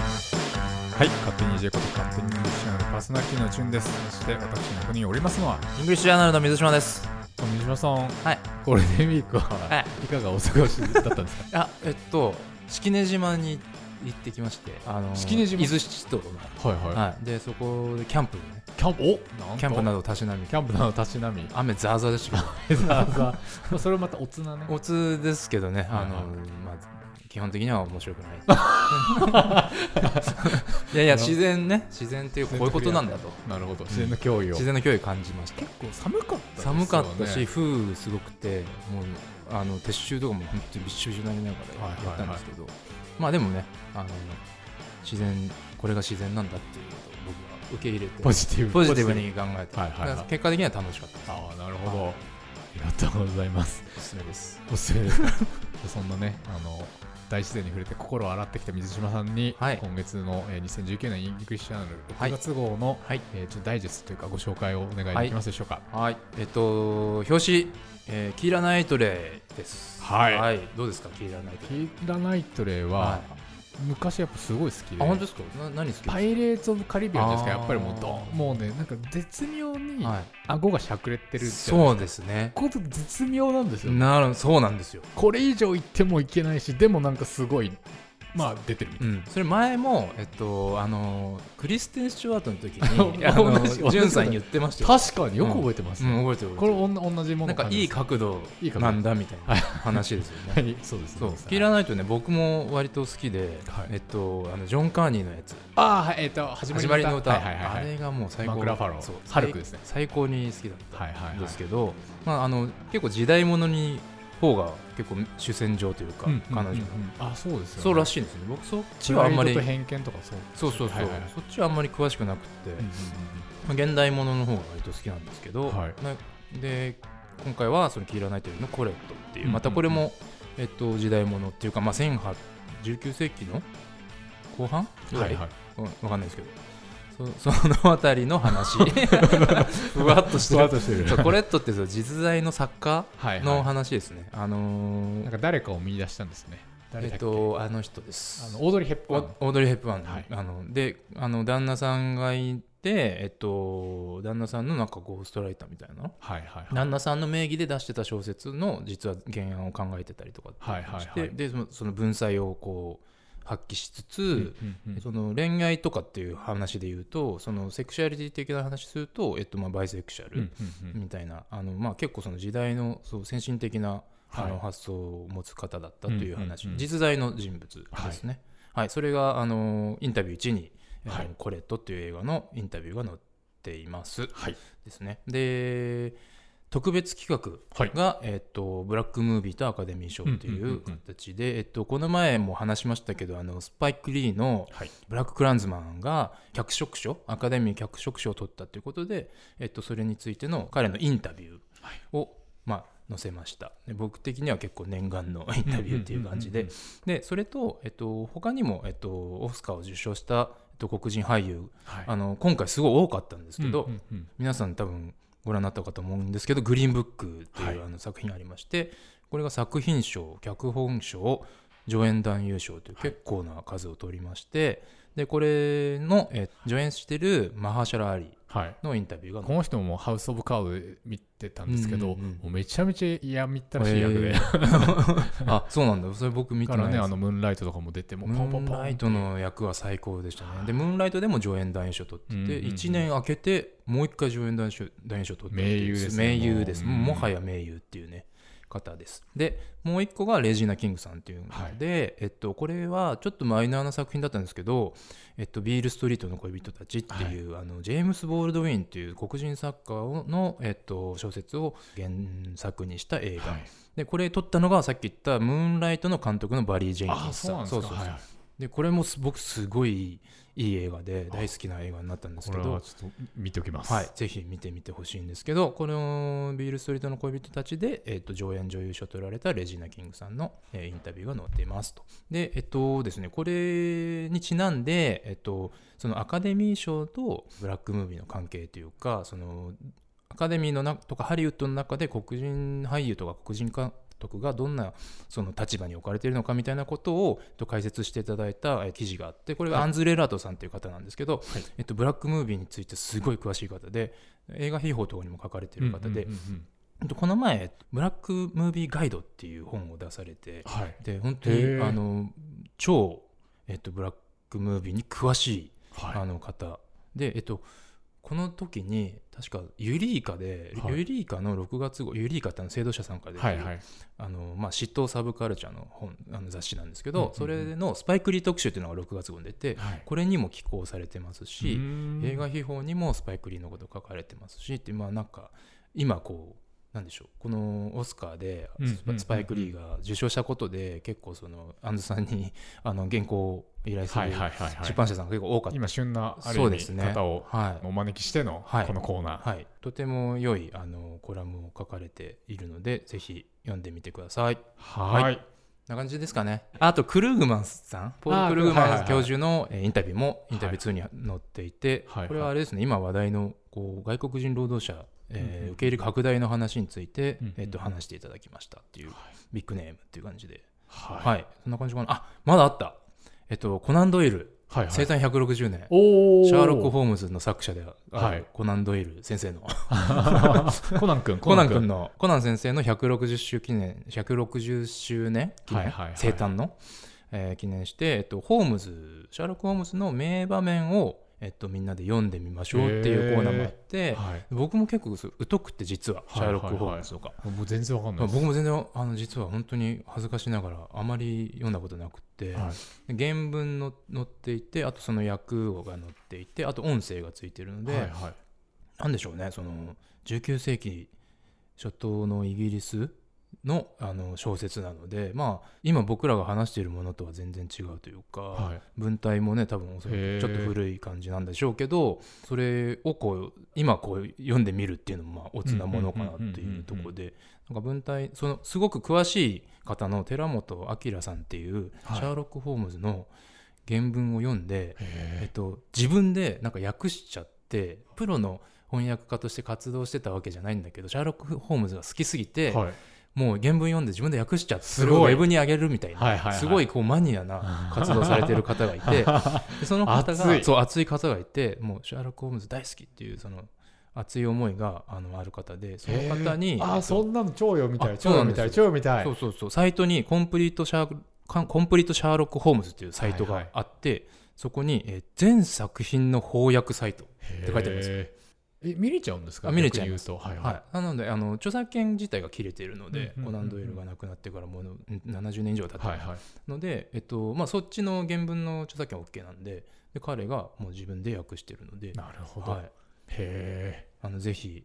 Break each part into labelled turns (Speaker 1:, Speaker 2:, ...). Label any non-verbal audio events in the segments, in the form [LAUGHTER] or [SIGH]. Speaker 1: はい、勝手に J こと勝手にイングリッシュアナのパーソナリティのチュンです。そして私のここにおりますのは、
Speaker 2: イングリッシュジャーナルの水島です。
Speaker 1: 水島さん、
Speaker 2: はい。
Speaker 1: ゴールデンウィーク
Speaker 2: は
Speaker 1: は、
Speaker 2: い
Speaker 1: いかがお過ごしだったんですか
Speaker 2: あ、えっと、式根島に行ってきまして、あのー
Speaker 1: 式根島
Speaker 2: 伊豆七島の。
Speaker 1: はいは
Speaker 2: [LAUGHS] はい。で、そこでキャンプでね、
Speaker 1: い。キャンプ、おなんと
Speaker 2: キャンプなどたしなみ、
Speaker 1: キャンプなどたしな
Speaker 2: [LAUGHS]
Speaker 1: み、
Speaker 2: 雨ザーザーで [LAUGHS] したけ
Speaker 1: ざわざわまあそれをまたおつなね
Speaker 2: ど、。おつですけどね、あのー
Speaker 1: はいは
Speaker 2: まあ、基本的には面白くない。 [LAUGHS] いやいや、自然ね、自然っていうこういうことなんだと。
Speaker 1: なるほど、自然の脅威を。
Speaker 2: 自然の脅威感じました。
Speaker 1: 結構寒かったですよね
Speaker 2: 寒かったし、、風雨すごくて、もうあの撤収とかも本当にびっしょびしょになりながら
Speaker 1: はいはいはい
Speaker 2: やったんですけど、まあでもね、あの自然、これが自然なんだっていうことを僕は受け入れて、
Speaker 1: ポジティブ。
Speaker 2: ポジティブ。に考えて、
Speaker 1: はいはいはい
Speaker 2: だから結果的には楽しかった
Speaker 1: ああ、なるほど。ありがとうございます。
Speaker 2: です、おすすめです。
Speaker 1: おすすめですか [LAUGHS] そんなねあの大自然に触れて心を洗ってきた水島さんに、
Speaker 2: はい
Speaker 1: 今月の、えー、2019年イングリッシュアナル
Speaker 2: は
Speaker 1: 6
Speaker 2: い
Speaker 1: 月号の、
Speaker 2: はい
Speaker 1: えーちょっとダイジェストというかご紹介をお願いできますでしょうか、
Speaker 2: はい、えっと、表紙、えーキーラ・ナイトレイです。
Speaker 1: はい
Speaker 2: どうですか、キーラ・ナイト
Speaker 1: キ
Speaker 2: レイ。
Speaker 1: ーラ・ナイトレイは、
Speaker 2: はい、
Speaker 1: 昔やっぱすごい好きで
Speaker 2: あ、本当ですかな何好きですか
Speaker 1: パイレーツ・オブ・カリビアンですか
Speaker 2: あー
Speaker 1: やっぱりもうどもうねなんか絶妙に、
Speaker 2: は
Speaker 1: 顎がしゃくれて
Speaker 2: い、
Speaker 1: る
Speaker 2: そうですすね。
Speaker 1: これ絶妙なんですよ
Speaker 2: なるそうなんですよ。
Speaker 1: これ以上言ってもいけないしでもなんかすごいまあ出てるみたいな
Speaker 2: うん、それ前も、えっと、あのクリステン・スチュワートの時に
Speaker 1: あ
Speaker 2: あの
Speaker 1: [LAUGHS] 同じ同じ
Speaker 2: ジュンさんに言ってましたよ、
Speaker 1: 確かによく覚えてます
Speaker 2: う
Speaker 1: ね、
Speaker 2: ん、覚えてる
Speaker 1: こ
Speaker 2: 覚え
Speaker 1: れ
Speaker 2: て
Speaker 1: おん同じも
Speaker 2: る
Speaker 1: の
Speaker 2: なんかいい角度
Speaker 1: いい角度
Speaker 2: なんだみたいな話ですよ
Speaker 1: は
Speaker 2: ね
Speaker 1: い、そうです
Speaker 2: そう「キー
Speaker 1: い、
Speaker 2: ラーナイトね」僕も割と好きで、
Speaker 1: はい
Speaker 2: えっと、あのジョン・カーニーのやつ
Speaker 1: ああ、はい、えっ、と、
Speaker 2: 「
Speaker 1: 始
Speaker 2: 始まりの歌」
Speaker 1: はいはいはい、は
Speaker 2: あれ
Speaker 1: い。
Speaker 2: がもう最高
Speaker 1: マクラファロー
Speaker 2: そう
Speaker 1: ハルクですね
Speaker 2: 最高に好きだ
Speaker 1: はいは
Speaker 2: った
Speaker 1: いはい
Speaker 2: んですけど、まあ、あの結構時代物に方が結構主戦場というか、彼女の、
Speaker 1: あ、そうですよ、ね。
Speaker 2: そうら
Speaker 1: い。
Speaker 2: しいんですよね僕そっ
Speaker 1: ち
Speaker 2: ち
Speaker 1: は
Speaker 2: は
Speaker 1: あ
Speaker 2: あ
Speaker 1: ん
Speaker 2: ん
Speaker 1: ま
Speaker 2: ま
Speaker 1: り。
Speaker 2: り
Speaker 1: プライドと偏見とかそう。
Speaker 2: そうそうそう、
Speaker 1: はいはいはい
Speaker 2: そっちはあんまり詳しくなくって、
Speaker 1: うんうん
Speaker 2: まあ現代ものの方が割と好きなんですけど、
Speaker 1: はい
Speaker 2: なで今回はそのキーラ・ナイトリーの「コレット」っていう
Speaker 1: うんうんうん
Speaker 2: またこれも、えっと、時代ものっていうか、まあ、18 19世紀の後半
Speaker 1: うん
Speaker 2: ぐら、
Speaker 1: はいいはい。
Speaker 2: うん、わかんないですけどそ [LAUGHS] その辺りの話 [LAUGHS] ふわっとして
Speaker 1: ふわっ
Speaker 2: る
Speaker 1: としてる
Speaker 2: そうコレットってそう実在の作家
Speaker 1: はい、
Speaker 2: の
Speaker 1: は
Speaker 2: 話ですね、あ
Speaker 1: い。
Speaker 2: の
Speaker 1: なん
Speaker 2: ー
Speaker 1: か誰かを見出したんですね。誰
Speaker 2: え
Speaker 1: だ
Speaker 2: っ
Speaker 1: っけ、
Speaker 2: とあの人です
Speaker 1: あのオードリー・ヘップ
Speaker 2: オ
Speaker 1: バーン
Speaker 2: オードリー・ヘップバーンの,、
Speaker 1: はい
Speaker 2: あのであの旦那さんがいて、えっと、旦那さんのなんかゴーストライターみたいな
Speaker 1: はいはいはい。
Speaker 2: 旦那さんの名義で出してた小説の実は原案を考えてたりとかして、
Speaker 1: はいはいはい
Speaker 2: でそのその文才をこう発揮しつつ、
Speaker 1: うんうんうん
Speaker 2: その恋愛とかっていう話で言うとそのセクシュアリティ的な話すると、えっと、まあバイセクシャ
Speaker 1: うん
Speaker 2: ル
Speaker 1: うんうん
Speaker 2: みたいな、あのまあ、結構その時代のそう先進的なあの
Speaker 1: はい
Speaker 2: 発想を持つ方だったという話、
Speaker 1: うんうんうん
Speaker 2: 実在の人物ですね、はいそれがあのインタビュー1に「
Speaker 1: はい
Speaker 2: あのコレット」っていう映画のインタビューが載っています、
Speaker 1: はい
Speaker 2: ですねで特別企
Speaker 1: はい
Speaker 2: 画が、えっとブラックムービーとアカデミー賞ってい
Speaker 1: んうんうんう
Speaker 2: うん形で、えっとこの前も話しましたけどあのスパイク・リーの
Speaker 1: はい
Speaker 2: 「ブラック・クランズマン」が脚色賞アカデミー脚色賞を取ったということで、えっとそれについての彼のインタビューを、まあ、載せましたで僕的には結構念願のインタビューっていう感じ
Speaker 1: うん
Speaker 2: で
Speaker 1: うん
Speaker 2: でそれと、えっと他にも、えっとオスカーを受賞した、えっと黒人俳優
Speaker 1: はい
Speaker 2: あの今回すごい多かったんですけど、
Speaker 1: うんうんうん
Speaker 2: 皆さん多分ご覧になったかと思うんですけど「グリーンブック」という、
Speaker 1: はい
Speaker 2: あの作品がありましてこれが作品賞脚本賞助演男優賞という結構な数を取りまして、でこれのえ助演してるマハシャラ・アリ
Speaker 1: はい。
Speaker 2: のインタビューが
Speaker 1: この人もハウス・オブ・カードで見てたんですけど、
Speaker 2: うんうんうん
Speaker 1: もうめちゃめちゃ嫌みったらしい役で、
Speaker 2: へあそうなんだそれ僕見て
Speaker 1: か
Speaker 2: な
Speaker 1: ら
Speaker 2: い
Speaker 1: ね
Speaker 2: で
Speaker 1: あ
Speaker 2: す
Speaker 1: のムーンライトとかも出てもう
Speaker 2: ム
Speaker 1: ポンポ
Speaker 2: ー
Speaker 1: ン
Speaker 2: ン
Speaker 1: ポン
Speaker 2: ライトの役は最高でしたねでムーンライトでも助演男優賞取ってて、
Speaker 1: うんうんうん
Speaker 2: 1年明けてもう一回助演男優賞男優賞取ってるってい
Speaker 1: 名優で
Speaker 2: う
Speaker 1: すね
Speaker 2: 名優です
Speaker 1: も
Speaker 2: も
Speaker 1: う
Speaker 2: うもはや名優っていうね方ですでもう一個がレジーナ・キングさんっていうので、えっと、これはちょっとマイナーな作品だったんですけど「えっと、ビール・ストリートの恋人たち」っていう、あのジェームス・ボールドウィンっていう黒人作家をの、えっと、小説を原作にした映画、
Speaker 1: はい
Speaker 2: でこれ撮ったのがさっき言った「ムーンライト」の監督のバリー・ジェイ
Speaker 1: あ
Speaker 2: ン
Speaker 1: あ
Speaker 2: キンス
Speaker 1: そうなん
Speaker 2: さん
Speaker 1: ですか
Speaker 2: そうそうそう
Speaker 1: はいはい
Speaker 2: でこれもす僕すごいいい映画で大好きな映画になったんです
Speaker 1: こ
Speaker 2: け
Speaker 1: れ
Speaker 2: ど
Speaker 1: は、ちょっと見ておきます。
Speaker 2: はい、ぜひ見てみてほしいんですけどこの「ビール・ストリートの恋人たちで」えっと上演女優賞取られたレジーナ・キングさんの、えーインタビューが載っていますと。で,、えっとですね、これにちなんで、えっと、そのアカデミー賞とブラックムービーの関係というかそのアカデミーのなとかハリウッドの中で黒人俳優とか黒人か督がどんなその立場に置かれているのかみたいなことを、えっと、解説していただいたえ記事があってこれがアンズ・レラートさんという方なんですけど、えっと、ブラックムービーについてすごい詳しい方で映画秘宝とかにも書かれている方で、
Speaker 1: うんうんうんうん
Speaker 2: えっとこの前「ブラックムービーガイド」っていう本を出されて
Speaker 1: はい
Speaker 2: で本当
Speaker 1: へ
Speaker 2: に
Speaker 1: ー
Speaker 2: あの超、えっと、ブラックムービーに詳しいあ
Speaker 1: は
Speaker 2: の方で、えっと、この時に確かユリイカで、
Speaker 1: はい
Speaker 2: ユリイカの6月号ユリイカってあの制度者さんから
Speaker 1: い
Speaker 2: 出て
Speaker 1: は
Speaker 2: る、
Speaker 1: いはい
Speaker 2: あのまあ、嫉妬サブカルチャーの本あの雑誌なんですけ
Speaker 1: うんうん
Speaker 2: ど
Speaker 1: う、ん
Speaker 2: それのスパイクリー特集っていうのが6月号に出て、
Speaker 1: はい
Speaker 2: これにも寄稿されてます
Speaker 1: う
Speaker 2: し、
Speaker 1: ーん
Speaker 2: 映画秘宝にもスパイクリーのこと書かれてますしってまあなんか今こうなんでしょうこのオスカーで
Speaker 1: うん
Speaker 2: スパ
Speaker 1: うん
Speaker 2: スパイク・リーが受賞したことで結構そのアンズさんに [LAUGHS] あの原稿を依頼す
Speaker 1: はい
Speaker 2: る
Speaker 1: はいはいはい
Speaker 2: 出版社さんが結構多かった
Speaker 1: 今旬なある
Speaker 2: そう
Speaker 1: 意
Speaker 2: です
Speaker 1: 味
Speaker 2: ね
Speaker 1: 方を
Speaker 2: はい
Speaker 1: お招きしての
Speaker 2: はい
Speaker 1: このコーナー
Speaker 2: はい、とても良いあのコラムを書かれているのでぜひ読んでみてください。
Speaker 1: はい
Speaker 2: はな感じですかねあとクルーグマンさんポー
Speaker 1: あー
Speaker 2: ル・クルーグ
Speaker 1: はいはいは
Speaker 2: マン
Speaker 1: い
Speaker 2: 教授のえーインタビューもインタビュー2に載っていて、
Speaker 1: はいはい
Speaker 2: これはあれですね今話題のこう外国人労働者、えー
Speaker 1: うんうん
Speaker 2: 受け入れ拡大の話について、
Speaker 1: うんうん
Speaker 2: えっと話していただきましたっていう、
Speaker 1: はい
Speaker 2: ビッグネームっていう感じで、
Speaker 1: は
Speaker 2: はい
Speaker 1: い
Speaker 2: そんな感じかなあまだあった、えっとコナン・ドイル
Speaker 1: はいは
Speaker 2: 生
Speaker 1: い
Speaker 2: 誕160年、
Speaker 1: おー
Speaker 2: シャーロック・ホームズの作者である
Speaker 1: はい
Speaker 2: コナン・ドイル先生の
Speaker 1: [LAUGHS] コナン君
Speaker 2: コナン君のコナン先生の160周記念160周年記念、
Speaker 1: はいはいはい
Speaker 2: 生誕の、えー記念して、えっと、ホームズシャーロック・ホームズの名場面を、えっと、みんなで読んでみましょうっていうコーナーもあって、
Speaker 1: はい
Speaker 2: 僕も結構そう疎くて実はシ
Speaker 1: はい
Speaker 2: ャ
Speaker 1: は
Speaker 2: ー
Speaker 1: いはい
Speaker 2: ロック・ホームズとか、
Speaker 1: もう全然わかんないです
Speaker 2: 僕も全然あの実は本当に恥ずかしながらあまり読んだことなくて、
Speaker 1: はい
Speaker 2: 原文の載っていてあとその訳語が載っていてあと音声がついてるので、
Speaker 1: はいはい
Speaker 2: なんでしょうねその19世紀初頭のイギリスのあの小説なのでまあ今僕らが話しているものとは全然違うというか、
Speaker 1: はい
Speaker 2: 文体もね多分おそら
Speaker 1: へー
Speaker 2: くちょっと古い感じなんでしょうけどそれをこう今こう読んでみるっていうのもまあおつなものかなっていうところでなんか文体そのすごく詳しい方の寺本明さんっていう
Speaker 1: はい
Speaker 2: シャーロック・ホームズの原文を読んで、えっ
Speaker 1: へ
Speaker 2: と、自分でなんか訳しちゃってプロの翻訳家として活動してたわけじゃないんだけどシャーロック・ホームズが好きすぎて、
Speaker 1: えはい
Speaker 2: もう原文読んで自分で訳しちゃってそ
Speaker 1: す
Speaker 2: れ
Speaker 1: ごい
Speaker 2: をウェブに上げるみたいな、
Speaker 1: はいはいはい
Speaker 2: すごいこうマニアな活動されてる方がい
Speaker 1: [LAUGHS]
Speaker 2: てでその方が
Speaker 1: 熱い
Speaker 2: そう熱い方がいてもうシャーロック・ホームズ大好きっていうその熱い思いがあのある方でその方
Speaker 1: へ
Speaker 2: に、
Speaker 1: ーあーそんなの超読みた
Speaker 2: あ
Speaker 1: い
Speaker 2: そ
Speaker 1: 超
Speaker 2: うな
Speaker 1: 読
Speaker 2: んで
Speaker 1: みたい
Speaker 2: すよ
Speaker 1: 超読みたい
Speaker 2: そうそうそうサイトにコンプリートシャーカンコンプリートシャーロック・ホームズっていうサイトがあって、そこに、えー全作品の翻訳サイト
Speaker 1: って
Speaker 2: 書いてあります
Speaker 1: え見れちゃうんですか
Speaker 2: あ見れちゃい
Speaker 1: 逆に言
Speaker 2: ま
Speaker 1: うとはいはい
Speaker 2: はい、なのであの著作権自体が切れているので、
Speaker 1: うんうんうんうん
Speaker 2: コナンドイルが亡くなってからもううん70年以上経って
Speaker 1: は
Speaker 2: る
Speaker 1: いはい
Speaker 2: ので、えっとまあ、そっちの原文の著作権は OK なんでで彼がもう自分で訳してるので、
Speaker 1: なるほどへ
Speaker 2: はい、
Speaker 1: え
Speaker 2: あのぜひ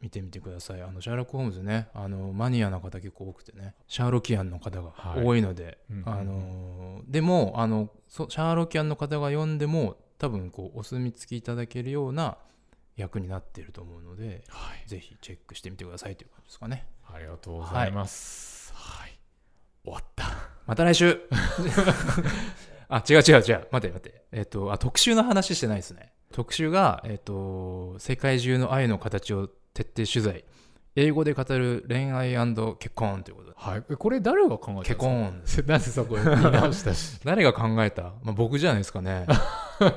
Speaker 2: 見てみてくださいあのシャーロック・ホームズねあのマニアな方結構多くてねシャーロキアンの方が
Speaker 1: はい
Speaker 2: 多いので、
Speaker 1: うんうんうん
Speaker 2: あのーでもあのそシャーロキアンの方が読んでも多分こうお墨付きいただけるような役になっていると思うので
Speaker 1: はい
Speaker 2: ぜひチェックしてみてくださいという感じですかね。
Speaker 1: ありがとうございますはい終わった
Speaker 2: また来週 [LAUGHS] あ、違う違う違う。待って待って。えっ、と、あ、特集の話してないですね。特集が、えっ、と、世界中の愛の形を徹底取材。英語で語る恋愛結婚ということで。
Speaker 1: はいえこれ誰が考えたんです
Speaker 2: 結
Speaker 1: か
Speaker 2: 婚。
Speaker 1: [LAUGHS] なぜそこに言い直したし
Speaker 2: 誰が考えた、まあ、僕じゃないです
Speaker 1: [LAUGHS]
Speaker 2: かね。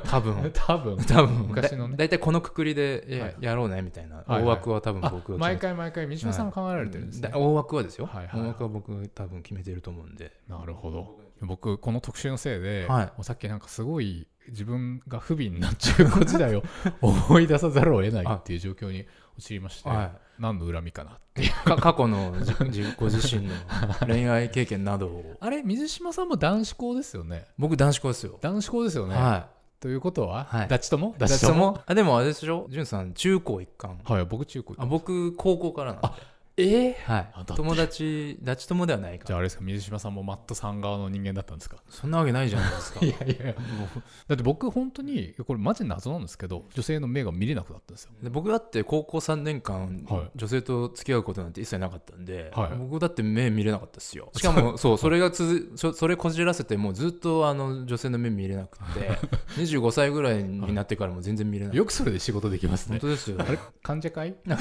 Speaker 2: 多分。
Speaker 1: 多分
Speaker 2: 多分
Speaker 1: 昔のね
Speaker 2: だいたいこのくくりでや,、
Speaker 1: はい
Speaker 2: やろうねみたいな
Speaker 1: はい
Speaker 2: 大枠は多分
Speaker 1: あ
Speaker 2: 僕が決め
Speaker 1: 毎
Speaker 2: て
Speaker 1: 回毎回三島さんが考えられてるんですね
Speaker 2: だ大枠はですよ、
Speaker 1: はいはいはい
Speaker 2: 大枠は僕が多分決めてると思うんで
Speaker 1: なるほど僕この特集のせいで、
Speaker 2: はい
Speaker 1: もうさっきなんかすごい自分が不憫な中古時代を [LAUGHS] 思い出さざるを得ないっていう状況に陥りまして、
Speaker 2: はい
Speaker 1: 何の恨みかな
Speaker 2: か過去のじ [LAUGHS] 自ご
Speaker 1: [LAUGHS]
Speaker 2: 自身の恋愛経験などを
Speaker 1: あれ水島さんも男子校ですよね
Speaker 2: 僕男子校ですよ、
Speaker 1: 男子校ですよね、
Speaker 2: は
Speaker 1: ということは、
Speaker 2: はい
Speaker 1: ダチとも
Speaker 2: い私ともあでもあれでしょんさん中高一貫
Speaker 1: はい僕中高
Speaker 2: あ僕高校からなんで
Speaker 1: ええ
Speaker 2: はい
Speaker 1: あだって
Speaker 2: 友達ダチ友ではないか
Speaker 1: じゃ
Speaker 2: ら
Speaker 1: ああれですか水島さんもマットさん側の人間だったんですか
Speaker 2: そんなわけないじゃないです
Speaker 1: [LAUGHS]
Speaker 2: か
Speaker 1: いやいやいやだって僕本当にこれマジ謎なんですけど女性の目が見れなくなったんですよ
Speaker 2: で僕だって高校3年間、
Speaker 1: はい
Speaker 2: 女性と付き合うことなんて一切なかったんで、
Speaker 1: はい
Speaker 2: 僕だって目見れなかったですよしかもそうそれがつづそそれこじらせてもうずっとあの女性の目見れなく
Speaker 1: [LAUGHS]
Speaker 2: て25歳ぐらいになってからも全然見れなくて
Speaker 1: よくそれで仕事できます
Speaker 2: 本
Speaker 1: ね
Speaker 2: 当ですよ
Speaker 1: [LAUGHS] あれ患者会元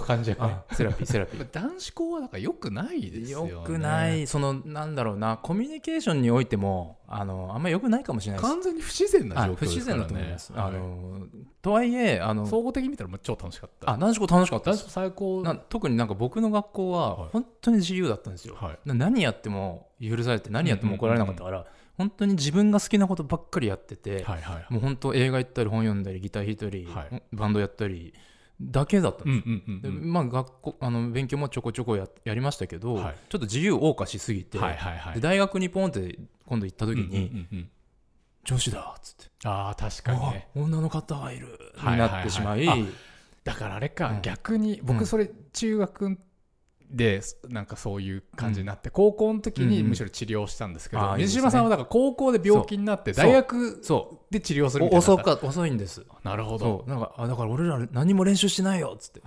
Speaker 1: 患者会
Speaker 2: あセラピーセラピ
Speaker 1: まあ男子校はだからよくないですよ、
Speaker 2: よ
Speaker 1: ね、
Speaker 2: くないそのなんだろうなコミュニケーションにおいてもあのあんまよくないかもしれないです
Speaker 1: 完全に不自然な
Speaker 2: はい
Speaker 1: 状況
Speaker 2: 不
Speaker 1: で
Speaker 2: 自
Speaker 1: すか
Speaker 2: 然
Speaker 1: らね
Speaker 2: だと思います、
Speaker 1: はい
Speaker 2: あのとはいえあの
Speaker 1: 総合的に見たらもう超楽しかった
Speaker 2: あ男子校楽しかっ
Speaker 1: 男
Speaker 2: たで
Speaker 1: 子
Speaker 2: す
Speaker 1: 校最高
Speaker 2: な特になんか僕の学校
Speaker 1: はい
Speaker 2: は本当に自由だったんですよ、
Speaker 1: はい
Speaker 2: な何やっても許されて何やっても怒られなかったから、本当に自分が好きなことばっかりやってて、
Speaker 1: はいはい
Speaker 2: もう本当映画行ったり本読んだりギター弾いたり、
Speaker 1: はい
Speaker 2: バンドやったりだけだったん
Speaker 1: う
Speaker 2: で
Speaker 1: ん
Speaker 2: す
Speaker 1: うんうん
Speaker 2: よ、
Speaker 1: うん
Speaker 2: でまあ、学校あの勉強もちょこちょこややりましたけど、
Speaker 1: はい
Speaker 2: ちょっと自由謳歌しすぎて、
Speaker 1: はいはいはい
Speaker 2: で大学にポンって今度行った時に、
Speaker 1: うんうんうんうん
Speaker 2: 女子だっつって、
Speaker 1: ああ確かにね
Speaker 2: あ女の方がいる
Speaker 1: はい
Speaker 2: になってしまい、
Speaker 1: はいだからあれか、
Speaker 2: うん
Speaker 1: 逆に
Speaker 2: う
Speaker 1: 僕
Speaker 2: ん
Speaker 1: それ中学でなんかそういう感じになって、高校の時に
Speaker 2: うんうん
Speaker 1: むしろ治療したんですけど、
Speaker 2: ああいいで
Speaker 1: 水
Speaker 2: すね
Speaker 1: 島さんはだから高校で病気になって
Speaker 2: そう
Speaker 1: 大学
Speaker 2: そ
Speaker 1: で治療す
Speaker 2: う
Speaker 1: るみたい
Speaker 2: お
Speaker 1: にな
Speaker 2: 遅
Speaker 1: った
Speaker 2: か遅いんです
Speaker 1: なるほど
Speaker 2: そうなんかあだから俺ら何も練習してないよっつって、
Speaker 1: [LAUGHS]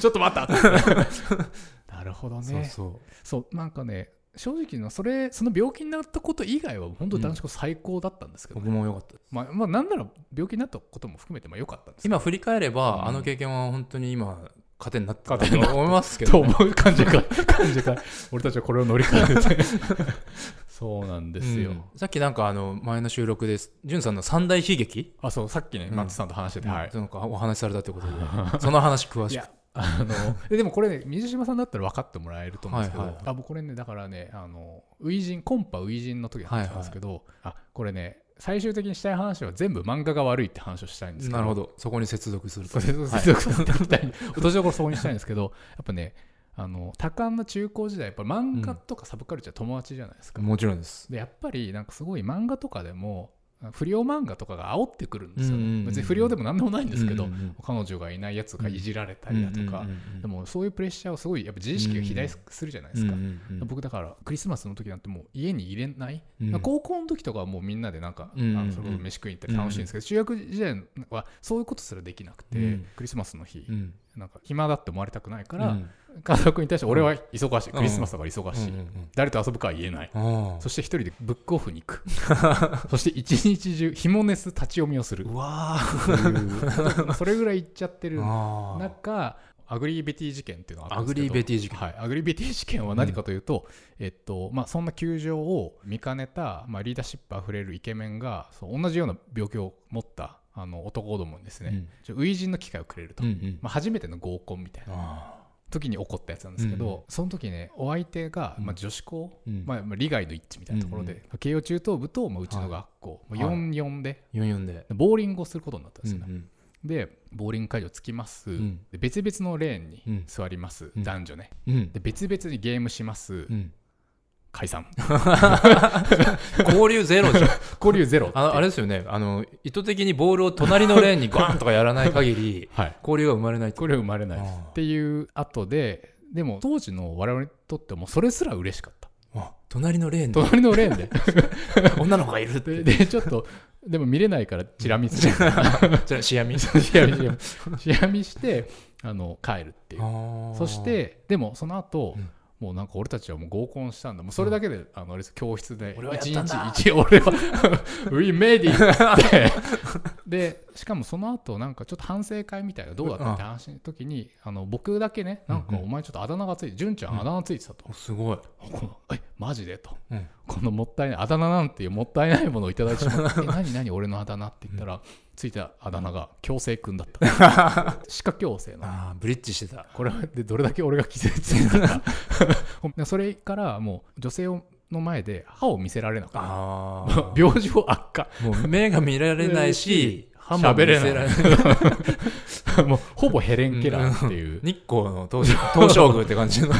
Speaker 1: ちょっと待った [LAUGHS] なるほどねそう
Speaker 2: そ
Speaker 1: なんかね正直なそれその病気になったこと以外は本当に男子校最高だったんですけど、
Speaker 2: 僕もよかった
Speaker 1: まあ、まあなんなら病気になったことも含めてまあ良かったんですけど
Speaker 2: 今振り返れば、
Speaker 1: うん
Speaker 2: あの経験は本当に今糧になった
Speaker 1: 糧にな
Speaker 2: と思いますけ
Speaker 1: と
Speaker 2: ど、ね、
Speaker 1: 思う感じか感じか俺たちはこれを乗り越 [LAUGHS] えてそうなんですよ、
Speaker 2: うんさっきなんかあの前の収録ですんさんの三大悲劇
Speaker 1: あそうさっきね
Speaker 2: うん
Speaker 1: 松さんと話してて、はい
Speaker 2: なんかお話しされたってことで
Speaker 1: [LAUGHS]
Speaker 2: その話詳
Speaker 1: い
Speaker 2: しく
Speaker 1: やあのででもこれね水島さんだったら分かってもらえると思うんですけど、
Speaker 2: はいはいはい
Speaker 1: あ僕これねだからねあの初陣コンパ初陣の時の話なんですけど、あこれね最終的にしたい話は全部漫画が悪いって話をしたいんですけど
Speaker 2: なるほどそこに接続する
Speaker 1: そう
Speaker 2: と
Speaker 1: そう接続させてみたいに落としどころそこにしたいんですけどやっぱねあの多感な中高時代やっぱ漫画とかサブカルチャー友達じゃないですか、
Speaker 2: もちろんです
Speaker 1: でやっぱりなんかすごい漫画とかでも不良漫画とかが煽ってくるんですよ、
Speaker 2: うんうんうんうん
Speaker 1: 別に不良でも何でもないんですけど、
Speaker 2: うんうんうん
Speaker 1: 彼女がいないやつがいじられたりだとか、
Speaker 2: うんうんうんうん
Speaker 1: でもそういうプレッシャーをすごいやっぱ自意識が肥大するじゃないですか、
Speaker 2: うんうんうん
Speaker 1: 僕だからクリスマスの時なんてもう家に入れない、
Speaker 2: うん
Speaker 1: 高校の時とかはもうみんなでなんか、
Speaker 2: うんうんうん
Speaker 1: あのそれこそ飯食いに行ったり楽しいんですけど、中学時代はそういうことすらできなくて、
Speaker 2: うん
Speaker 1: クリスマスの日、
Speaker 2: うん
Speaker 1: なんか暇だって思われたくないから、
Speaker 2: うん
Speaker 1: 監督に対して俺は忙しい、
Speaker 2: うん
Speaker 1: クリスマスだから忙しい、
Speaker 2: うんうん
Speaker 1: 誰と遊ぶかは言えない、
Speaker 2: うんああ
Speaker 1: そして一人でブックオフに行
Speaker 2: [LAUGHS]
Speaker 1: くそして一日中ヒモネス立ち読みをする
Speaker 2: うわー
Speaker 1: っていうそれぐらい行っちゃって
Speaker 2: [LAUGHS]
Speaker 1: る
Speaker 2: あー
Speaker 1: 中アグリベティ事件っていうのがあった
Speaker 2: ア
Speaker 1: んです
Speaker 2: グ
Speaker 1: けど
Speaker 2: リーベティ事件
Speaker 1: はい、アグリベティ事件は何かというと、えっとまあ、そんな窮状を見かねた、まあ、リーダーシップあふれるイケメンがそう同じような病気を持ったあの男どもにですね、ちょ初陣の機会をくれると、
Speaker 2: うんうん
Speaker 1: まあ、初めての合コンみたいな
Speaker 2: あ
Speaker 1: 時に起こったやつなんですけど、
Speaker 2: うん
Speaker 1: その時ねお相手が、
Speaker 2: うん
Speaker 1: まあ、女子校、
Speaker 2: うん
Speaker 1: まあ、まあ利害の一致みたいなところで、
Speaker 2: うん
Speaker 1: まあ慶応中等部と、まあ、うちの学校、
Speaker 2: い
Speaker 1: まあ、44で、
Speaker 2: ー44で
Speaker 1: ボーリングをすることになったんですよね、
Speaker 2: うん
Speaker 1: でボーリング会場着きます、
Speaker 2: ん
Speaker 1: で別々のレーンに
Speaker 2: うん
Speaker 1: 座ります、
Speaker 2: うん
Speaker 1: 男女ね
Speaker 2: うん
Speaker 1: で別々にゲームします、
Speaker 2: うん
Speaker 1: 解散
Speaker 2: 交流ゼロじゃん
Speaker 1: 交流ゼロ
Speaker 2: [LAUGHS] あのあれですよねあの意図的にボールを隣のレーンにガーンとかやらない限り
Speaker 1: はい
Speaker 2: 交流が生まれないと
Speaker 1: これは生まれないです
Speaker 2: あー
Speaker 1: っていう後ででも当時の我々にとってはもうそれすら嬉しかった
Speaker 2: あ隣のレーンに
Speaker 1: 隣のレーン
Speaker 2: [LAUGHS]
Speaker 1: で
Speaker 2: 女の子が [LAUGHS] いるって
Speaker 1: ででちょっとでも見れないからチラ見する
Speaker 2: [LAUGHS] じゃあシアミ
Speaker 1: チラ見チラ見 [LAUGHS] チラ見してあの帰るっていうそ
Speaker 2: そ
Speaker 1: してでもその後、
Speaker 2: うん
Speaker 1: もうなんか俺たちはもう合コンしたんだもうそれだけで、あのあれです教室で
Speaker 2: 俺はやった
Speaker 1: 一
Speaker 2: んだ
Speaker 1: 日一俺は [LAUGHS] We made it
Speaker 2: [LAUGHS]
Speaker 1: ってでしかもその後なんかちょっと反省会みたいなどうだったって話の時にあの僕だけねなんか
Speaker 2: うんうん
Speaker 1: お前ちょっとあだ名がついて純ちゃんあだ名ついてたと、
Speaker 2: すごい
Speaker 1: このえマジでと、
Speaker 2: うん
Speaker 1: このもったいないあだ名なんていうもったいないものをいただいてし
Speaker 2: [LAUGHS]
Speaker 1: まってえ何何俺のあだ名って言ったら、ついたあだ名が強制君だった
Speaker 2: [LAUGHS]
Speaker 1: 歯科矯正の
Speaker 2: ああブリッジしてた
Speaker 1: これでどれだけ俺が傷ついたかそれからもう女性の前で歯を見せられなかっ
Speaker 2: あ
Speaker 1: た病状悪化
Speaker 2: もう目が見られない [LAUGHS] し歯も
Speaker 1: 喋
Speaker 2: 見
Speaker 1: れ
Speaker 2: せ
Speaker 1: な
Speaker 2: ら
Speaker 1: い
Speaker 2: れない
Speaker 1: もうほぼヘレン・ケラーっていう、
Speaker 2: 日光の東照 [LAUGHS] 東照宮って感じの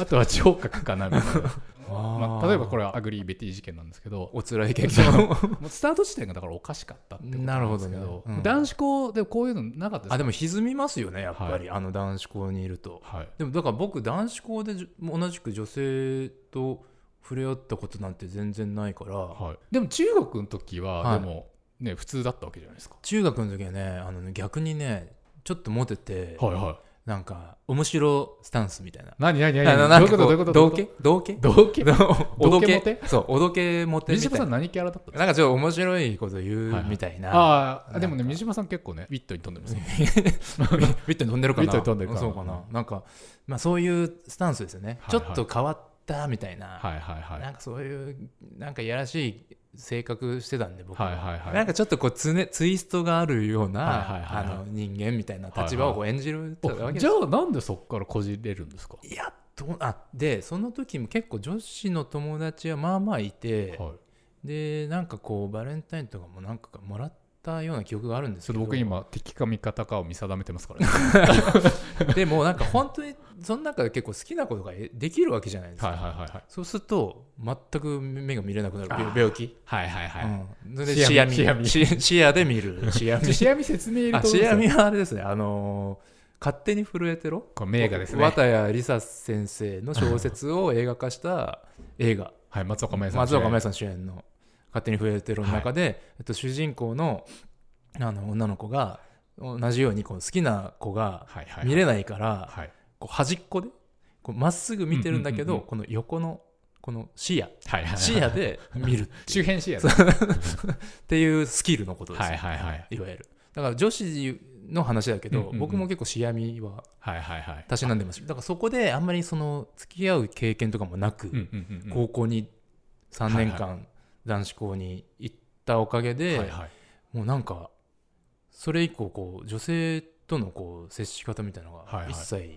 Speaker 1: あとは聴覚かなみたいな、まあ、例えばこ
Speaker 2: れ
Speaker 1: れはアグリー・ベティ事件なんですけど
Speaker 2: お辛い経験を
Speaker 1: もうスタート自体がだからおかしかったってことなんですけど
Speaker 2: なるほどねうん
Speaker 1: 男子校でこういうのなかったです
Speaker 2: あでも歪みますよねやっぱ
Speaker 1: は
Speaker 2: りあの男子校にいると
Speaker 1: はい、
Speaker 2: でもだから僕男子校でじょ同じく女性と触れ合ったことなんて全然ないから、
Speaker 1: はい、でも中学の時は
Speaker 2: は
Speaker 1: で
Speaker 2: い
Speaker 1: も、ね普通だったわけじゃないですか
Speaker 2: 中学の時はねあのね逆にねちょっとモテて、
Speaker 1: はいは
Speaker 2: なんか面白スタンスみたいな。
Speaker 1: 何何何
Speaker 2: あの
Speaker 1: 何
Speaker 2: な
Speaker 1: どうんいうこと
Speaker 2: か
Speaker 1: ど
Speaker 2: こ
Speaker 1: ういううこと
Speaker 2: 道化道化
Speaker 1: 同系
Speaker 2: [LAUGHS] おど
Speaker 1: 道化モ
Speaker 2: けそうおどけモテみ
Speaker 1: 水島
Speaker 2: た
Speaker 1: さ
Speaker 2: い
Speaker 1: ん
Speaker 2: な
Speaker 1: 何キャラだった
Speaker 2: なんかちょっと面白いこと
Speaker 1: は
Speaker 2: 言
Speaker 1: いうはい
Speaker 2: みたい
Speaker 1: あ
Speaker 2: なな
Speaker 1: あ
Speaker 2: んか
Speaker 1: でもね水島さん結構ねウィットに飛んでますね
Speaker 2: ビットに飛んでるか
Speaker 1: ビッ
Speaker 2: な
Speaker 1: トに飛んでるかな
Speaker 2: そうかななんかまあそういうスタンスですよね
Speaker 1: はい
Speaker 2: ちょ
Speaker 1: はい
Speaker 2: っと変わったみたいな
Speaker 1: はいはいはい
Speaker 2: なんかそういうなんかいやらしい性格してたんで僕
Speaker 1: はいはいはい
Speaker 2: なんかちょっとこうつねツイストがあるよう
Speaker 1: はいはい
Speaker 2: な
Speaker 1: は
Speaker 2: あ
Speaker 1: いはい
Speaker 2: の人間みたいな立場をこう演じるってわ
Speaker 1: お
Speaker 2: けで
Speaker 1: じ
Speaker 2: す
Speaker 1: ゃあなんでそこからこじれるんですか
Speaker 2: いやどうあでその時も結構女子の友達はまあまあいて、
Speaker 1: はい
Speaker 2: でなんかこうバレンタインとかもなんかもらったような記憶があるんです
Speaker 1: そ
Speaker 2: け
Speaker 1: れ
Speaker 2: ど
Speaker 1: 僕今敵か味方かを見定めてますからね
Speaker 2: でもなんか本当にその中で結構好きなことがえできるわけじゃないですか、
Speaker 1: はいはいはいはい
Speaker 2: そうすると全く目が見れなくなる
Speaker 1: あー
Speaker 2: 病病気、
Speaker 1: はいはいは
Speaker 2: うん、それで視
Speaker 1: 視
Speaker 2: 野
Speaker 1: 野
Speaker 2: 見
Speaker 1: 見
Speaker 2: 視視野で
Speaker 1: [LAUGHS]
Speaker 2: 見る視
Speaker 1: じゃ
Speaker 2: 野
Speaker 1: あ
Speaker 2: 見
Speaker 1: シェアミ説明入れて
Speaker 2: あ
Speaker 1: こと
Speaker 2: シ
Speaker 1: です
Speaker 2: ェ
Speaker 1: よ
Speaker 2: アミはあれですね、あのー勝手に震えてろ
Speaker 1: これ名画ですね
Speaker 2: 綿谷りさ先生の小説を映画化した映画
Speaker 1: はい松岡茉優さん
Speaker 2: 松岡茉優さん主演の「勝手に震えてろ」の中で、えっと、主人公のあの女の子が同じようにこう好きな子が
Speaker 1: はいはいはい
Speaker 2: 見れないから、
Speaker 1: はい
Speaker 2: こう端っこでこうまっすぐ見てるんだけど、
Speaker 1: うんうんうんうん
Speaker 2: この横のこの視野
Speaker 1: はいはい
Speaker 2: 視野で見るってい
Speaker 1: 周
Speaker 2: う
Speaker 1: 辺視野
Speaker 2: そ
Speaker 1: で
Speaker 2: うっていうスキルのことですよ、
Speaker 1: はいはいはい
Speaker 2: いわゆるだから女子の話だけど、
Speaker 1: うんうんうん
Speaker 2: 僕も結構しやみは
Speaker 1: はいはいはい
Speaker 2: たしなんでますだからそこであんまりその付き合う経験とかもなく、
Speaker 1: うんうんうんうん
Speaker 2: 高校に3年
Speaker 1: はい
Speaker 2: 間男子校に行ったおかげで、
Speaker 1: はいはい
Speaker 2: もうなんかそれ以降こう女性とのこう接し方みたいなの
Speaker 1: はいは
Speaker 2: が
Speaker 1: い
Speaker 2: 一切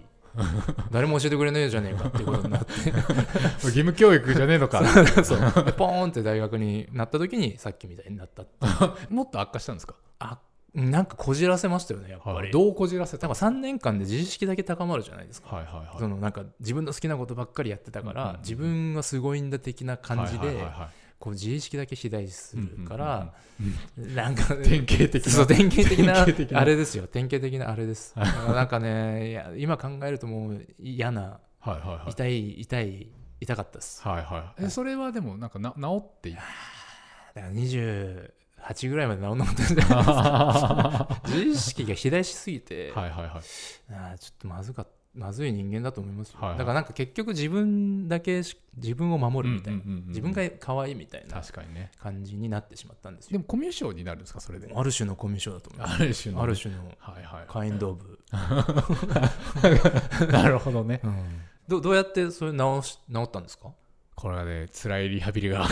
Speaker 2: 誰も教えてくれねえじゃねえかっていうことになって
Speaker 1: [LAUGHS] 義務教育じゃねえのか
Speaker 2: [LAUGHS] そうでポーンって大学になった時にさっきみたいになったって
Speaker 1: もっと悪化したんですか
Speaker 2: あなんかこじらせましたよねやっぱり、
Speaker 1: どうこじらせ
Speaker 2: な
Speaker 1: た
Speaker 2: んか3年間で自意識だけ高まるじゃないですか、
Speaker 1: はいはい
Speaker 2: そ
Speaker 1: はい
Speaker 2: のなんか自分の好きなことばっかりやってたから、
Speaker 1: うんうんうん
Speaker 2: 自分がすごいんだ的な感じ
Speaker 1: は
Speaker 2: で、
Speaker 1: いはいはいはい
Speaker 2: こう自意識だけ肥大するから、
Speaker 1: うんうん
Speaker 2: なんか
Speaker 1: 典型的
Speaker 2: そう
Speaker 1: な
Speaker 2: 典型的
Speaker 1: 典
Speaker 2: な
Speaker 1: 型的な
Speaker 2: あれですよ典型的なあれですだからなんかねいや今考えるともう嫌な
Speaker 1: はいはいはい
Speaker 2: 痛い痛い痛かったです
Speaker 1: はいはいえそれはでもなんかな治っていっ
Speaker 2: だから28ぐらいまで治んなかったんで
Speaker 1: た [LAUGHS] は
Speaker 2: 自意識が肥大しすぎて、
Speaker 1: いはいはい
Speaker 2: あーちょっとまずかっまずい人間だと思いますよ、
Speaker 1: はいはい
Speaker 2: だからなんか結局自分だけし自分を守るみたいな、
Speaker 1: うんうんうんうん
Speaker 2: 自分が可愛いみたいな
Speaker 1: 確かにね
Speaker 2: 感じになってしまったんです
Speaker 1: で
Speaker 2: よ
Speaker 1: もコミュ障になるんですかそれで
Speaker 2: ある種のコミュ障だと思います
Speaker 1: ある種の
Speaker 2: ある種の
Speaker 1: はいは
Speaker 2: カインドオブ、
Speaker 1: い [LAUGHS] なるほどね
Speaker 2: うんどどうやってそれ直し直ったんです
Speaker 1: [LAUGHS]
Speaker 2: か
Speaker 1: これはね辛いリハビリが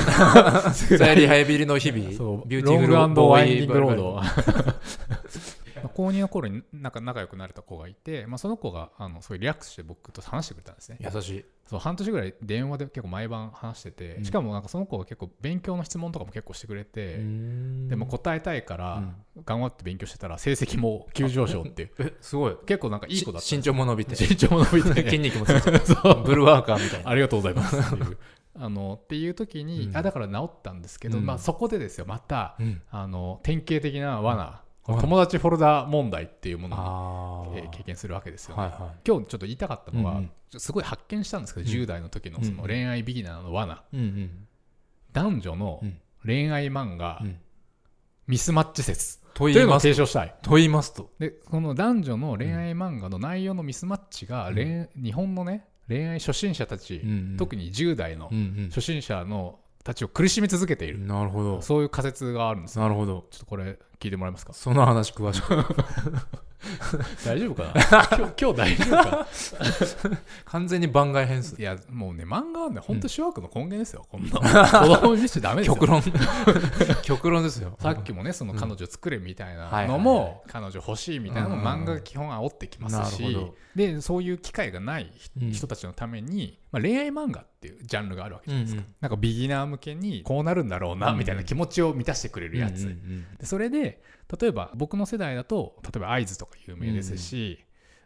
Speaker 2: 辛いリハビリの日々
Speaker 1: [LAUGHS] そう
Speaker 2: ビューテ
Speaker 1: ロ
Speaker 2: ィ
Speaker 1: ン
Speaker 2: フ
Speaker 1: グ
Speaker 2: ル
Speaker 1: ワインディングロー
Speaker 2: ボ
Speaker 1: ド
Speaker 2: イバイバイ
Speaker 1: [LAUGHS] 高2の頃になんか仲良くなれた子がいて、まあ、その子があのそういうリラックスして僕と話してくれたんですね
Speaker 2: 優しい
Speaker 1: そう半年ぐらい電話で結構毎晩話してて、
Speaker 2: うん
Speaker 1: しかもなんかその子が結構勉強の質問とかも結構してくれて、でも答えたいから頑張って勉強してたら成績も急上昇っ
Speaker 2: [LAUGHS]
Speaker 1: ていう
Speaker 2: えすごい
Speaker 1: 結構なんかいい子だっ
Speaker 2: した身長も伸びて
Speaker 1: 身長も伸びて
Speaker 2: [LAUGHS] 筋肉もついてる
Speaker 1: そう
Speaker 2: ブルワーカーみたいな
Speaker 1: ありがとうございますって
Speaker 2: [LAUGHS]
Speaker 1: いうあのっていう時に、
Speaker 2: うん
Speaker 1: あだから治ったんですけど、
Speaker 2: うん
Speaker 1: まあ、そこでですよまた、
Speaker 2: うん
Speaker 1: あの典型的な罠、
Speaker 2: 罠
Speaker 1: 友達フォルダ問題っていうもの
Speaker 2: あ
Speaker 1: を
Speaker 2: ー
Speaker 1: えー経験するわけですよ、ね
Speaker 2: はいは
Speaker 1: 今日ちょっと言いたかったのは、
Speaker 2: うんうん
Speaker 1: ちょっとすごい発見したんですけど、
Speaker 2: うん
Speaker 1: 10代の時のそ
Speaker 2: うん
Speaker 1: の恋愛ビギナーの罠、
Speaker 2: い。うんうん。
Speaker 1: 男女の
Speaker 2: うん
Speaker 1: 恋愛漫画、ミスマッチ説
Speaker 2: と
Speaker 1: と
Speaker 2: 言
Speaker 1: い
Speaker 2: いう
Speaker 1: のを
Speaker 2: ます
Speaker 1: 提唱したい。
Speaker 2: と言いますと。
Speaker 1: でこの男女の恋愛漫画の内容のミスマッチが、
Speaker 2: うん
Speaker 1: 恋日本のね恋愛初心者たち、特
Speaker 2: に。
Speaker 1: に10代の
Speaker 2: うん
Speaker 1: 初心者のたちを苦しみ続けてい
Speaker 2: うん
Speaker 1: る、
Speaker 2: なるほど。
Speaker 1: そういう仮説があるんですよ
Speaker 2: なるほど。
Speaker 1: ちょっとこれ聞いてもらえますか
Speaker 2: その話詳しく。
Speaker 1: [LAUGHS] 大丈夫 [LAUGHS] かな今日今日大丈夫か
Speaker 2: 完全に番外編数。
Speaker 1: いやもうね漫画はね本当諸悪の根源ですよ、こんな [LAUGHS] 子供に見せちゃダメですよ
Speaker 2: 極
Speaker 1: [LAUGHS]
Speaker 2: 論。極論ですよ。
Speaker 1: さっきもねその彼女作れみたい
Speaker 2: は
Speaker 1: ないの
Speaker 2: はいはい
Speaker 1: も彼女欲しいみたいなのも
Speaker 2: うんうんうん
Speaker 1: 漫画が基本煽ってきます
Speaker 2: なる
Speaker 1: し
Speaker 2: ほど
Speaker 1: でそういう機会がない
Speaker 2: うん
Speaker 1: 人たちのために、まあ、恋愛漫画っていうジャンルがあるわけじゃないですか、
Speaker 2: うんうん
Speaker 1: なんかビギナー向けにこうなるんだろうなみたいな気持ちを満たしてくれるやつ、
Speaker 2: うんうん
Speaker 1: でそれで例えば僕の世代だと例えば会津とか有名ですし、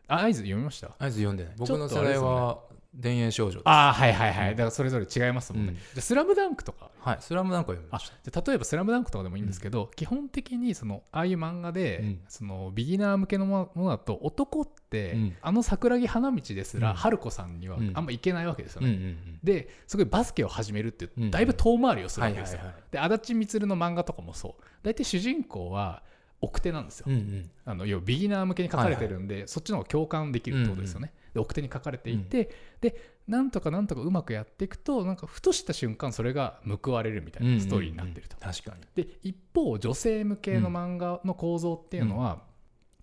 Speaker 1: あ会津読みました
Speaker 2: あいつ読んでない。
Speaker 1: ょっ
Speaker 2: 僕
Speaker 1: と
Speaker 2: の世代は、田園少女です。
Speaker 1: ああはいはいはいだからそれぞれ違いますもんね、
Speaker 2: うん
Speaker 1: じゃあスラムダンクとか
Speaker 2: はい。スラムなんか読みま
Speaker 1: あ
Speaker 2: した。
Speaker 1: じゃあ例えば「スラムダンクとかでもいいんですけど、基本的にそのああいう漫画で、
Speaker 2: うん
Speaker 1: そのビギナー向けのものだと男って、
Speaker 2: うん
Speaker 1: あの桜木花道ですら、
Speaker 2: うん
Speaker 1: 春子さんには
Speaker 2: うん
Speaker 1: あんまいけないわけですよ
Speaker 2: うん
Speaker 1: ね、
Speaker 2: うんうん。
Speaker 1: ですごいバスケを始めるって
Speaker 2: うん
Speaker 1: だいぶ遠回りをする
Speaker 2: は
Speaker 1: わ
Speaker 2: い
Speaker 1: け
Speaker 2: はい
Speaker 1: ですよ、
Speaker 2: はい。
Speaker 1: で足立みつるの漫画とかもそう大体主人公は奥手なんですよ、
Speaker 2: うんうん
Speaker 1: あの要はビギナー向けに書かれてるんで、そっちの方が共感できるってことですよね、で奥手に書かれていて、でなんとかなんとかうまくやっていくとなんかふとした瞬間それが報われるみたいなストーリーになってると、
Speaker 2: うんうんうん確かに
Speaker 1: で一方女性向けの漫画の構造っていうのは、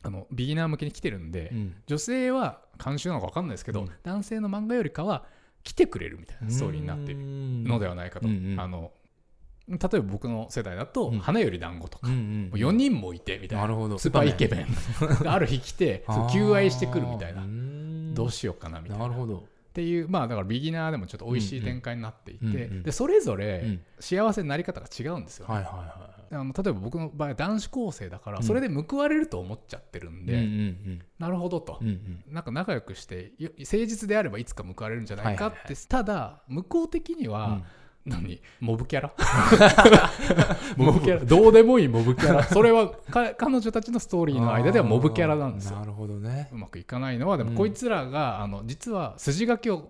Speaker 1: あのビギナー向けに来てるんで、
Speaker 2: うん
Speaker 1: 女性は監修なのか分かんないですけど、
Speaker 2: うん
Speaker 1: 男性の漫画よりかは来てくれるみたいなストーリーになっているのではないかと、
Speaker 2: うんうん
Speaker 1: あの例えば僕の世代だと「
Speaker 2: うん
Speaker 1: 花より団子とか、
Speaker 2: うん
Speaker 1: もう4人もいてみたいな
Speaker 2: なるほど
Speaker 1: スーパーイケメンがある日来
Speaker 2: [LAUGHS]
Speaker 1: てそう求愛してくるみたいなどう
Speaker 2: し
Speaker 1: しようかなみたいな
Speaker 2: なるほど
Speaker 1: っていうまあだからビギナーでもちょっと美味しい展開になっていて、
Speaker 2: うんうんうんうん
Speaker 1: でそれぞ
Speaker 2: う
Speaker 1: れ
Speaker 2: ん
Speaker 1: 幸せになり方が違うんですよね、
Speaker 2: はいはいは
Speaker 1: あの例えば僕の場合は男子高生だから
Speaker 2: うん
Speaker 1: それで報われると思っちゃってるん
Speaker 2: い
Speaker 1: で、
Speaker 2: うんうん
Speaker 1: なるほどと
Speaker 2: うんう、ん
Speaker 1: なんか仲良くしてよ誠実であればいつか報われるんじゃないかって、
Speaker 2: はい
Speaker 1: ただ向こう的に
Speaker 2: う
Speaker 1: は
Speaker 2: ん、
Speaker 1: 何モブキ
Speaker 2: [LAUGHS]
Speaker 1: ャラモブキャラどうでもいいモブキャラそれはか彼女たちのストーリーの間ではモブキャラなんですよ
Speaker 2: あーなるほどね
Speaker 1: うまくいかないのはで
Speaker 2: う
Speaker 1: も
Speaker 2: ん
Speaker 1: こいつらが、あの実は筋書きを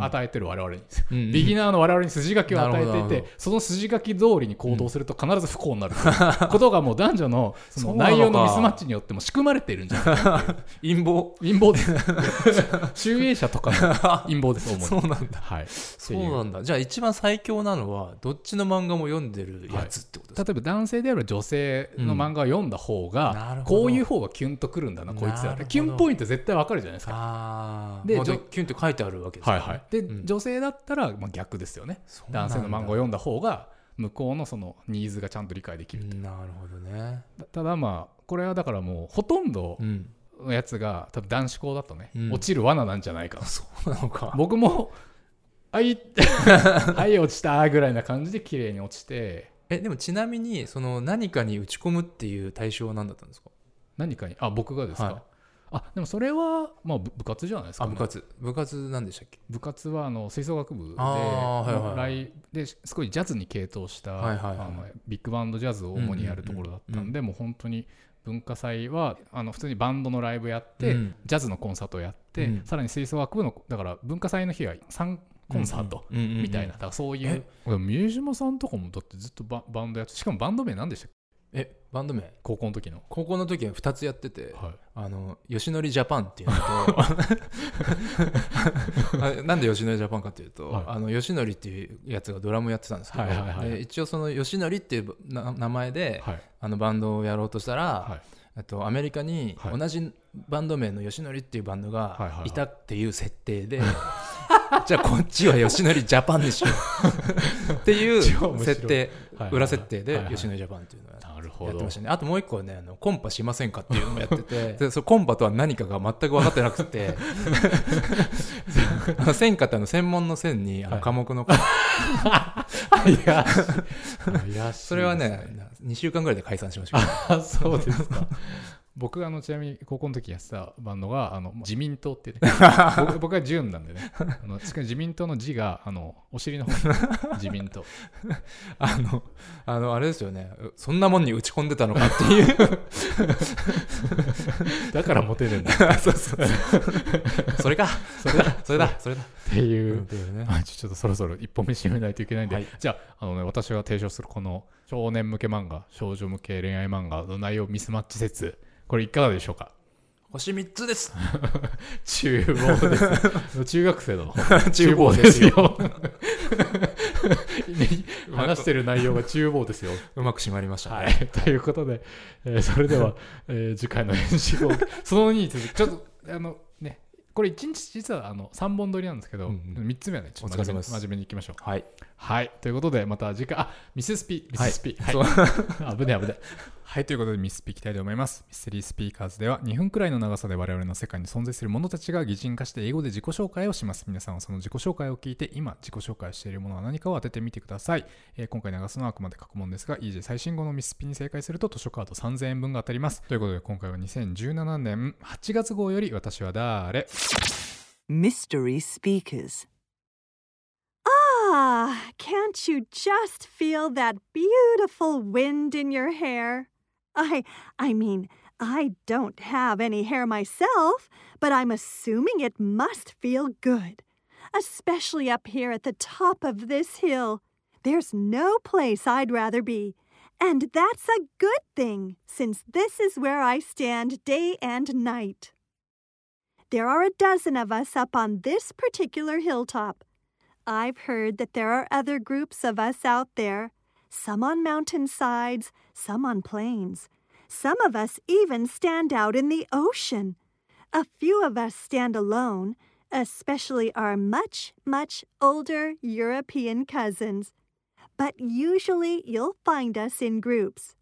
Speaker 1: 与えてる我々に、
Speaker 2: うん
Speaker 1: ビギナーの我々に筋書きを与
Speaker 2: なるほどな
Speaker 1: え
Speaker 2: るほ
Speaker 1: てい
Speaker 2: ど
Speaker 1: てその筋書き通りに行動すると必ず不幸になるということがもう男女のその
Speaker 2: そうなのか
Speaker 1: 内容のミスマッチによっても仕組まれているんじゃないかっていう
Speaker 2: 陰謀
Speaker 1: 陰謀です
Speaker 2: [LAUGHS]
Speaker 1: 集英社とかの陰謀です主に
Speaker 2: そうなんだ
Speaker 1: はい、って
Speaker 2: そ
Speaker 1: いう
Speaker 2: うなんだじゃあ一番最強なのはどっちの漫画も読んでるやつってことです
Speaker 1: 例えば男性であれば女性の漫画を読んだ方
Speaker 2: うんな
Speaker 1: が
Speaker 2: る、ほど
Speaker 1: こういう方がキュンとくるんだなこいつ
Speaker 2: な
Speaker 1: ら
Speaker 2: るほど
Speaker 1: キュンポイント絶対わかるじゃないです
Speaker 2: か
Speaker 1: か。
Speaker 2: あー
Speaker 1: で
Speaker 2: まあ
Speaker 1: じ
Speaker 2: で
Speaker 1: ょ
Speaker 2: キュンって書いてあるわけです
Speaker 1: は
Speaker 2: よ
Speaker 1: い
Speaker 2: ね
Speaker 1: はい、で、
Speaker 2: うん
Speaker 1: 女性だったら、まあ、逆ですよね
Speaker 2: そうなん
Speaker 1: 男
Speaker 2: だ
Speaker 1: 性の漫画を読んだ方が向こうのそのニーズがちゃんと理解できる、
Speaker 2: なるほどね
Speaker 1: ただまあこれはだからもうほとんど
Speaker 2: うん
Speaker 1: のやつが多分男子校だとね、
Speaker 2: うん
Speaker 1: 落ちる罠なんじゃないかな
Speaker 2: そうなのか
Speaker 1: 僕も「あいはい落ちた」ぐらいな感じで綺麗に落ちて
Speaker 2: [LAUGHS] えでもちなみにその何かに打ち込むっていう対象は何だったんですか
Speaker 1: 何かにあ僕がですか、
Speaker 2: はい
Speaker 1: あでもそれは、まあ、部部活じゃないですか
Speaker 2: あ
Speaker 1: ね、
Speaker 2: 部活部活なんでしたっけ
Speaker 1: 部活はあの吹奏楽部で,、
Speaker 2: あーはいはいはい
Speaker 1: 来ですごいジャズに傾倒した、
Speaker 2: はいはいはい
Speaker 1: あのビッグバンドジャズを主にやるところだったんで、もう本当に文化祭はあの普通にバンドのライブやって、
Speaker 2: うん
Speaker 1: ジャズのコンサートをやって、
Speaker 2: うん
Speaker 1: さらに吹奏楽部のだから文化祭の日は3コンサート。み
Speaker 2: み
Speaker 1: たいな、だからそういう
Speaker 2: え
Speaker 1: でも宮島さんとかもだってずっとババンドやってしかもバンド名何でしたっけ
Speaker 2: えバンド名
Speaker 1: 高校の時の、
Speaker 2: 高校の時は2つやってて
Speaker 1: はい、
Speaker 2: あの吉典ジャパンってい
Speaker 1: [LAUGHS]
Speaker 2: うのとあなんで吉典ジャパンかっていうと、
Speaker 1: はい
Speaker 2: あの吉典っていうやつがドラムやってたんですけど、
Speaker 1: はいはいはい
Speaker 2: で一応その吉典っていうな名前で、
Speaker 1: はい
Speaker 2: あのバンドをやろうとしたら、
Speaker 1: はい
Speaker 2: えっと、アメリカに
Speaker 1: はい
Speaker 2: 同じバンド名の吉典っていうバンド
Speaker 1: はいはい
Speaker 2: が
Speaker 1: はい
Speaker 2: いたっていう設定で、 [LAUGHS] じゃあこっちは吉典ジャパンで
Speaker 1: [LAUGHS]
Speaker 2: しょっていう
Speaker 1: 超面白い
Speaker 2: 設定、
Speaker 1: はいはい
Speaker 2: 裏設定
Speaker 1: は
Speaker 2: で
Speaker 1: いはい
Speaker 2: 吉典ジャパンっていうのをやって
Speaker 1: なるほ
Speaker 2: やって
Speaker 1: ど
Speaker 2: ましたねあともう一個はねあのコンパしませんかっていうのも
Speaker 1: [LAUGHS]
Speaker 2: やっててでそのコンパとは何かが全く分かってなくてあの専科ってあの専門の専にあ
Speaker 1: は
Speaker 2: の
Speaker 1: い
Speaker 2: 科目
Speaker 1: [LAUGHS]
Speaker 2: の科、
Speaker 1: 怪 [LAUGHS] しい
Speaker 2: [LAUGHS]
Speaker 1: 怪しい
Speaker 2: それはね2週間ぐらいで解散し
Speaker 1: [LAUGHS]
Speaker 2: ましたけど
Speaker 1: あそうですか [LAUGHS] 僕があのちなみに高校の時やってたバンドがあの自民党っていう [LAUGHS] ね僕僕は純なんでねあのしかも自民党の字があのお尻の方に [LAUGHS] 自民党
Speaker 2: あのあのあれですよねうそんなもんに打ち込んでたのかっていう
Speaker 1: [LAUGHS] だからモテるんだ
Speaker 2: そうそうそれかそれだそれだそれだ
Speaker 1: っていううん
Speaker 2: だよね
Speaker 1: あちょちょっとそろそろ一本目締めないといけないんで、
Speaker 2: はい
Speaker 1: じゃああの、ね、私が提唱するこの少年向け漫画少女向け恋愛漫画の内容ミスマッチ説これいかがでしょうか
Speaker 2: 星3つです [LAUGHS]
Speaker 1: 厨房です [LAUGHS] 中学生だの
Speaker 2: 厨
Speaker 1: 厨
Speaker 2: 房
Speaker 1: 房
Speaker 2: で
Speaker 1: ですす
Speaker 2: よ
Speaker 1: よ [LAUGHS] 話してる内容が厨房ですよ
Speaker 2: うまく締まりましたね、
Speaker 1: はい、 [LAUGHS] ということで、えーそれでは、 [LAUGHS] えー次回の編集
Speaker 2: [LAUGHS]
Speaker 1: をその2に続きちょっとあのねこれ1日実はあの3本撮りなんですけど、
Speaker 2: う
Speaker 1: 三
Speaker 2: んう
Speaker 1: 3つ目はねちょっと真面目
Speaker 2: お疲れ様で
Speaker 1: に
Speaker 2: す
Speaker 1: 真面目にいきましょう
Speaker 2: はい
Speaker 1: はいということでまた次回あミススピミススピ、
Speaker 2: は
Speaker 1: [LAUGHS]
Speaker 2: い
Speaker 1: 危ね危ねはいということでミスピいきたいと思いますミステリースピーカーズでは2分くらいの長さで我々の世界に存在する者たちが擬人化して英語で自己紹介をします皆さんはその自己紹介を聞いて今自己紹介しているものは何かを当ててみてください、えー今回流すのはあくまで過去問ですが EJ 最新号のミスピに正解すると図書カード3000円分が当たりますということで今回は2017年8月号より私は誰
Speaker 3: Mystery Speakers.
Speaker 4: Ah, can't you just feel that beautiful wind in your hair? I I mean, I don't have any hair myself, but I'm assuming it must feel good, especially up here at the top of this hill. There's no place I'd rather be, And that's a good thing, since this is where I stand day and night. There are a dozen of us up on this particular hilltop. I've heard that there are other groups of us out there, some on mountainsides, some on plains. Some of us even stand out in the ocean. A few of us stand alone, especially our much, much older European cousins. But usually you'll find us in groups.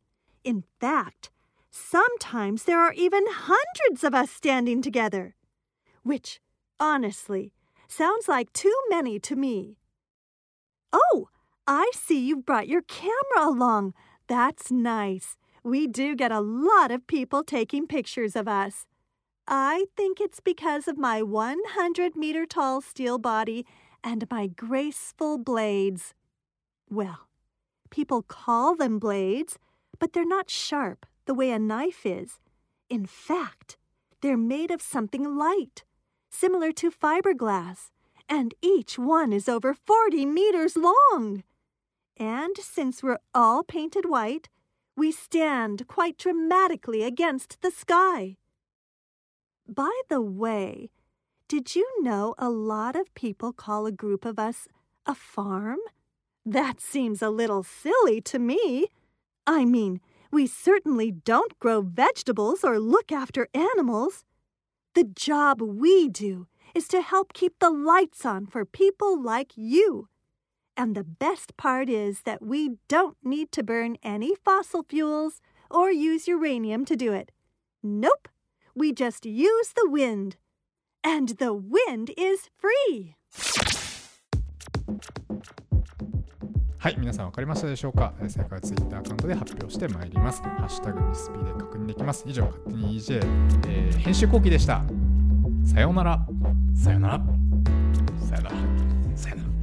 Speaker 4: In fact, sometimes there are even hundreds of us standing together, which, honestly, sounds like too many to me. Oh, I see you've brought your camera along. That's nice. We do get a lot of people taking pictures of us. I think it's because of my 100 meter tall steel body and my graceful blades. Well, people call them blades, but they're not sharp the way a knife is. In fact, they're made of something light, similar to fiberglass, and each one is over 40 meters long. And since we're all painted white, we stand quite dramatically against the sky. By the way, did you know a lot of people call a group of us a farm? That seems a little silly to me. I mean, we certainly don't grow vegetables or look after animals. The job we do is to help keep the lights on for people like you. And the best part is that we don't need to burn any fossil fuels or use uranium to do it. Nope, we just use the wind. And the wind is free.
Speaker 1: はい皆さん分かりましたでしょうかえー正解は Twitter アカウントで発表してまいりますハッシュタグミスピで確認できます以上勝手に EJ、えー編集後期でしたさようなら
Speaker 2: さよなら
Speaker 1: さよなら
Speaker 2: さよなら